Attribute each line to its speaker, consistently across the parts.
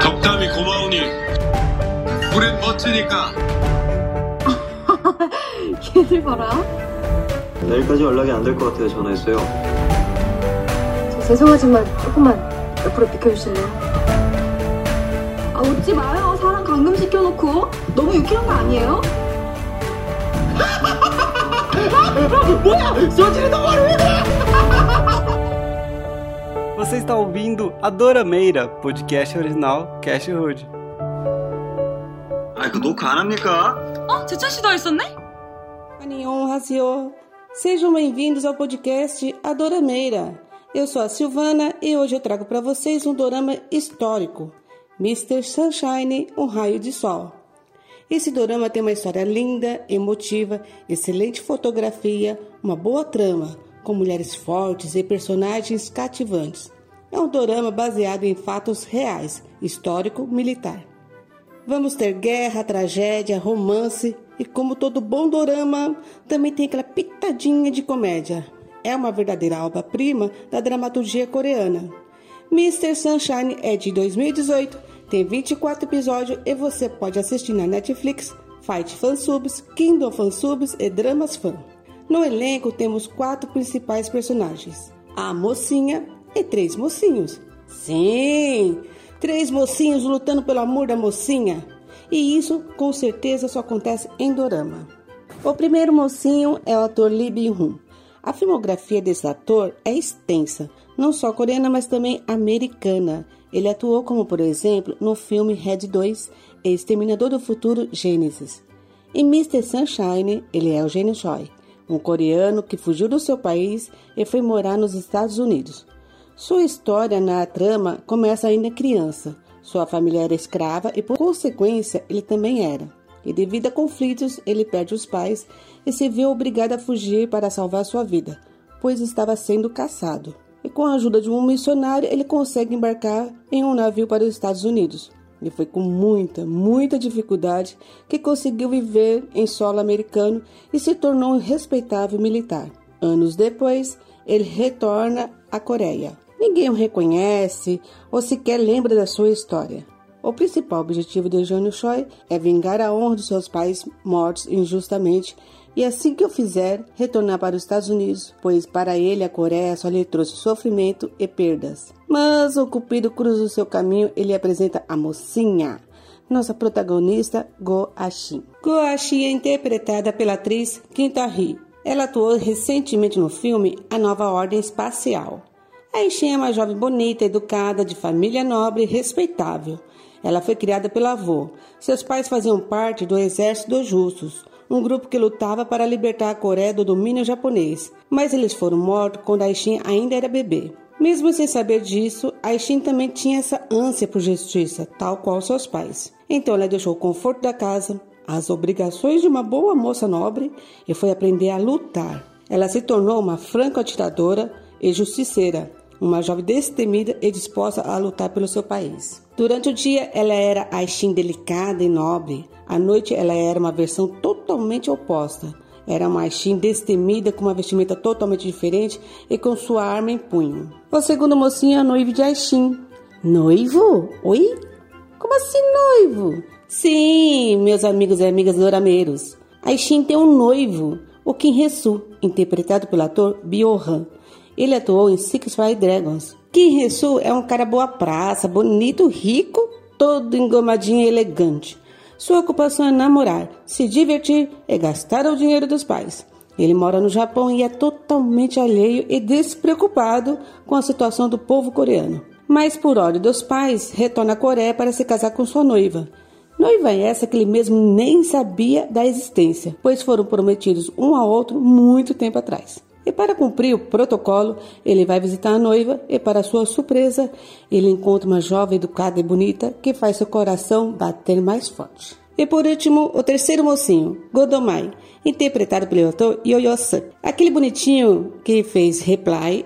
Speaker 1: 덕담이 고마우니 우린 멋지니까
Speaker 2: 걔들 봐라.
Speaker 3: 내일까지 네, 연락이 안 될 것 같아요. 전화했어요.
Speaker 2: 저 죄송하지만 조금만 옆으로 비켜주실래요? 아 웃지 마요. 사람 감금시켜놓고 너무 유쾌한 거 아니에요?
Speaker 4: Você está ouvindo a Dora Meira, podcast original Cash Hood.
Speaker 3: 아, 그 녹화 안 합니까?
Speaker 5: 어? 제철 씨도 있었네?
Speaker 6: Anion Raciô. Sejam bem-vindos ao podcast A Dorameira. Eu sou a Silvana e hoje eu trago para vocês um dorama histórico, Mr. Sunshine, Um Raio de Sol. Esse dorama tem uma história linda, emotiva, excelente fotografia, uma boa trama, com mulheres fortes e personagens cativantes. É um dorama baseado em fatos reais, histórico-militar. Vamos ter guerra, tragédia, romance e, como todo bom dorama, também tem aquela pitadinha de comédia. É uma verdadeira obra-prima da dramaturgia coreana. Mr. Sunshine é de 2018, tem 24 episódios e você pode assistir na Netflix, Fight Fansubs, Kingdom Fansubs e Dramas Fan. No elenco temos quatro principais personagens: a mocinha e três mocinhos. Sim, três mocinhos lutando pelo amor da mocinha. E isso com certeza só acontece em dorama. O primeiro mocinho é o ator Lee Byung-hun. A filmografia desse ator é extensa, não só coreana, mas também americana. Ele atuou como, por exemplo, no filme Red 2 e Exterminador do Futuro Gênesis. Em Mr. Sunshine, ele é o Gene Choi, um coreano que fugiu do seu país e foi morar nos Estados Unidos. Sua história na trama começa ainda criança. Sua família era escrava e, por consequência, ele também era. E devido a conflitos, ele perde os pais e se viu obrigado a fugir para salvar sua vida, pois estava sendo caçado. E com a ajuda de um missionário, ele consegue embarcar em um navio para os Estados Unidos. E foi com muita, muita dificuldade que conseguiu viver em solo americano e se tornou um respeitável militar. Anos depois, ele retorna à Coreia. Ninguém o reconhece ou sequer lembra da sua história. O principal objetivo de Jônio Choi é vingar a honra dos seus pais mortos injustamente e assim que o fizer, retornar para os Estados Unidos, pois para ele a Coreia só lhe trouxe sofrimento e perdas. Mas o cupido cruza o seu caminho e lhe apresenta a mocinha, nossa protagonista Go Ashin. Go Ashin é interpretada pela atriz Kim Tae-hee. Ela atuou recentemente no filme A Nova Ordem Espacial. A Ishin é uma jovem bonita, educada, de família nobre e respeitável. Ela foi criada pelo avô. Seus pais faziam parte do Exército dos Justos, um grupo que lutava para libertar a Coreia do domínio japonês, mas eles foram mortos quando a Ishin ainda era bebê. Mesmo sem saber disso, a Ishin também tinha essa ânsia por justiça, tal qual seus pais. Então ela deixou o conforto da casa, as obrigações de uma boa moça nobre e foi aprender a lutar. Ela se tornou uma franca atiradora e justiceira, uma jovem destemida e disposta a lutar pelo seu país. Durante o dia, ela era a Ishin delicada e nobre. À noite, ela era uma versão totalmente oposta. Era uma Ishin destemida, com uma vestimenta totalmente diferente e com sua arma em punho. O segundo mocinho é noivo de Aishin. Noivo? Oi? Como assim noivo? Sim, meus amigos e amigas dorameiros. A Shin tem um noivo, o Kim Hesu, interpretado pelo ator Biohan. Ele atuou em Six Fire Dragons. Kim Hesu é um cara boa praça, bonito, rico, todo engomadinho e elegante. Sua ocupação é namorar, se divertir e gastar o dinheiro dos pais. Ele mora no Japão e é totalmente alheio e despreocupado com a situação do povo coreano. Mas, por ordem dos pais, retorna à Coreia para se casar com sua noiva. Noiva é essa que ele mesmo nem sabia da existência, pois foram prometidos um ao outro muito tempo atrás. E para cumprir o protocolo, ele vai visitar a noiva e, para sua surpresa, ele encontra uma jovem educada e bonita que faz seu coração bater mais forte. E por último, o terceiro mocinho, Godomai, interpretado pelo ator Yoyosan. Aquele bonitinho que fez Reply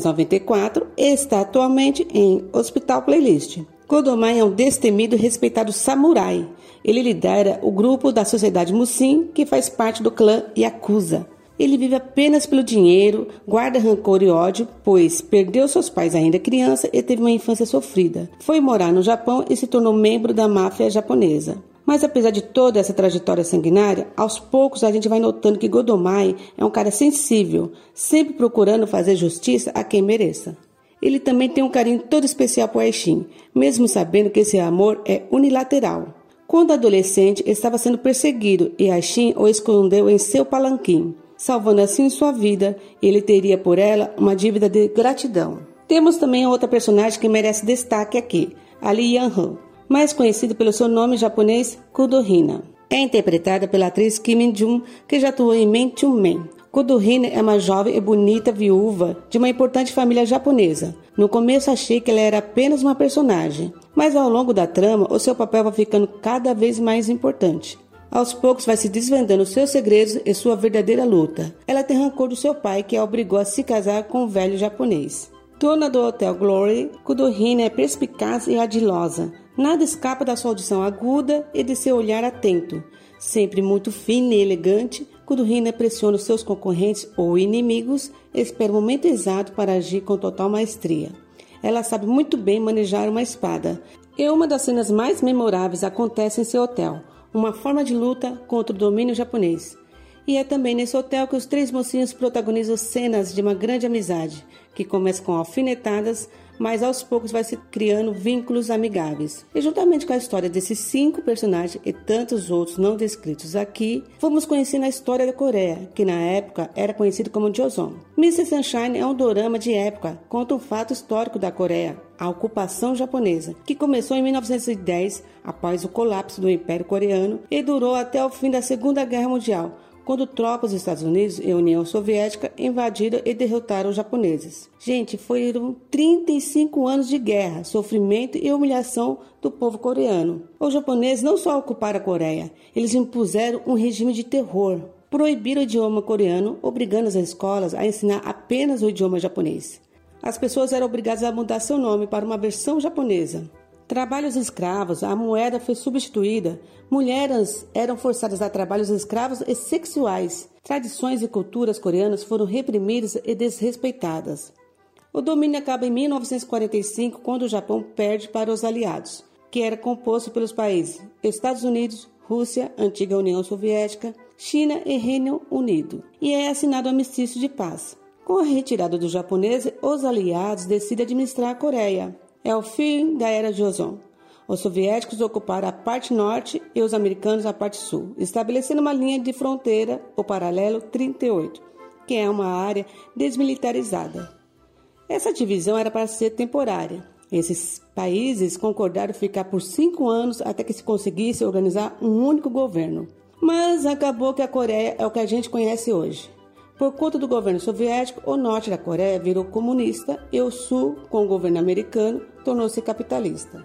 Speaker 6: 1994 está atualmente em Hospital Playlist. Godomai é um destemido e respeitado samurai. Ele lidera o grupo da Sociedade Musin, que faz parte do clã Yakuza. Ele vive apenas pelo dinheiro, guarda rancor e ódio, pois perdeu seus pais ainda criança e teve uma infância sofrida. Foi morar no Japão e se tornou membro da máfia japonesa. Mas apesar de toda essa trajetória sanguinária, aos poucos a gente vai notando que Godomai é um cara sensível, sempre procurando fazer justiça a quem mereça. Ele também tem um carinho todo especial por Aishin, mesmo sabendo que esse amor é unilateral. Quando adolescente, estava sendo perseguido e Aishin o escondeu em seu palanquim. Salvando assim sua vida, ele teria por ela uma dívida de gratidão. Temos também outra personagem que merece destaque aqui, Ali Yanhan, mais conhecido pelo seu nome japonês Kudohina. É interpretada pela atriz Kim Min-jung, que já atuou em Men to Men, Kodohine é uma jovem e bonita viúva de uma importante família japonesa. No começo achei que ela era apenas uma personagem, mas ao longo da trama o seu papel vai ficando cada vez mais importante. Aos poucos vai se desvendando seus segredos e sua verdadeira luta. Ela tem rancor do seu pai que a obrigou a se casar com um velho japonês. Dona do Hotel Glory, Kudohine é perspicaz e adilosa. Nada escapa da sua audição aguda e de seu olhar atento. Sempre muito fina e elegante, Kudohina pressiona os seus concorrentes ou inimigos e espera o momento exato para agir com total maestria. Ela sabe muito bem manejar uma espada. E uma das cenas mais memoráveis acontece em seu hotel, uma forma de luta contra o domínio japonês. E é também nesse hotel que os três mocinhos protagonizam cenas de uma grande amizade, que começa com alfinetadas, mas aos poucos vai se criando vínculos amigáveis. E juntamente com a história desses cinco personagens e tantos outros não descritos aqui, fomos conhecendo a história da Coreia, que na época era conhecido como Joseon. Mrs. Sunshine é um dorama de época, conta um fato histórico da Coreia, a ocupação japonesa, que começou em 1910 após o colapso do Império Coreano e durou até o fim da Segunda Guerra Mundial quando tropas dos Estados Unidos e União Soviética invadiram e derrotaram os japoneses. Gente, foram 35 anos de guerra, sofrimento e humilhação do povo coreano. Os japoneses não só ocuparam a Coreia, eles impuseram um regime de terror. Proibiram o idioma coreano, obrigando as escolas a ensinar apenas o idioma japonês. As pessoas eram obrigadas a mudar seu nome para uma versão japonesa. Trabalhos escravos, a moeda foi substituída, mulheres eram forçadas a trabalhos escravos e sexuais, tradições e culturas coreanas foram reprimidas e desrespeitadas. O domínio acaba em 1945, quando o Japão perde para os aliados, que era composto pelos países Estados Unidos, Rússia, antiga União Soviética, China e Reino Unido, e é assinado o Amnistício de Paz. Com a retirada dos japoneses, os aliados decidem administrar a Coreia, é o fim da era Joseon. Os soviéticos ocuparam a parte norte e os americanos a parte sul, estabelecendo uma linha de fronteira, o paralelo 38, que é uma área desmilitarizada. Essa divisão era para ser temporária. Esses países concordaram ficar por cinco anos até que se conseguisse organizar um único governo. Mas acabou que a Coreia é o que a gente conhece hoje. Por conta do governo soviético, o norte da Coreia virou comunista e o sul, com o governo americano, tornou-se capitalista.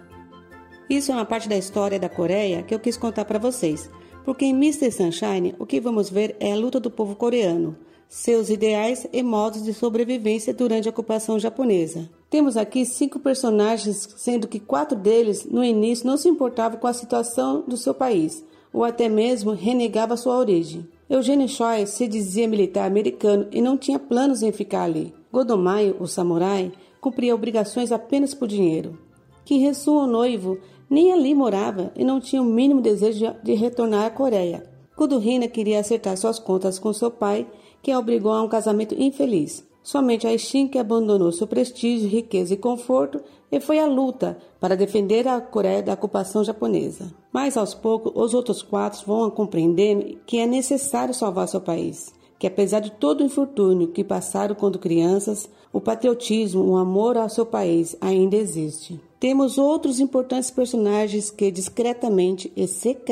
Speaker 6: Isso é uma parte da história da Coreia que eu quis contar para vocês, porque em Mr. Sunshine o que vamos ver é a luta do povo coreano, seus ideais e modos de sobrevivência durante a ocupação japonesa. Temos aqui cinco personagens, sendo que quatro deles no início não se importavam com a situação do seu país, ou até mesmo renegava sua origem. Eugênio Choi se dizia militar americano e não tinha planos em ficar ali. Godomayo, o samurai, cumpria obrigações apenas por dinheiro. Kinresu, o noivo, nem ali morava e não tinha o mínimo desejo de retornar à Coreia. Kudohina queria acertar suas contas com seu pai, que a obrigou a um casamento infeliz. Somente Aishin que abandonou seu prestígio, riqueza e conforto e foi à luta para defender a Coreia da ocupação japonesa. Mas aos poucos, os outros quatro vão compreendendo que é necessário salvar seu país, que apesar de todo o infortúnio que passaram quando crianças, o patriotismo, o amor ao seu país ainda existe. Temos outros importantes personagens que discretamente e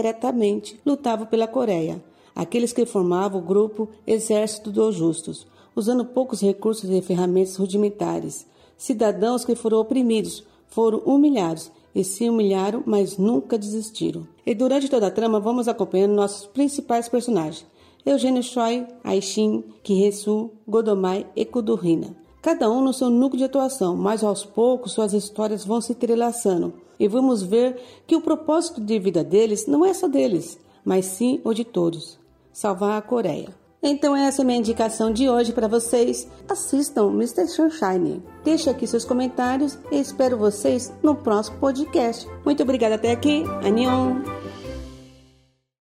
Speaker 6: secretamente lutavam pela Coreia, aqueles que formavam o grupo Exército dos Justos usando poucos recursos e ferramentas rudimentares. Cidadãos que foram oprimidos, foram humilhados e se humilharam, mas nunca desistiram. E durante toda a trama, vamos acompanhando nossos principais personagens: Eugênio Choi, Aishin, Kiresu, Godomai e Kudurina. Cada um no seu núcleo de atuação, mas aos poucos suas histórias vão se entrelaçando e vamos ver que o propósito de vida deles não é só deles, mas sim o de todos salvar a Coreia. Então essa é a minha indicação de hoje para vocês. Assistam Mr. Sunshine. Deixe aqui seus comentários e espero vocês no próximo podcast. Muito obrigada até aqui. Annyeong!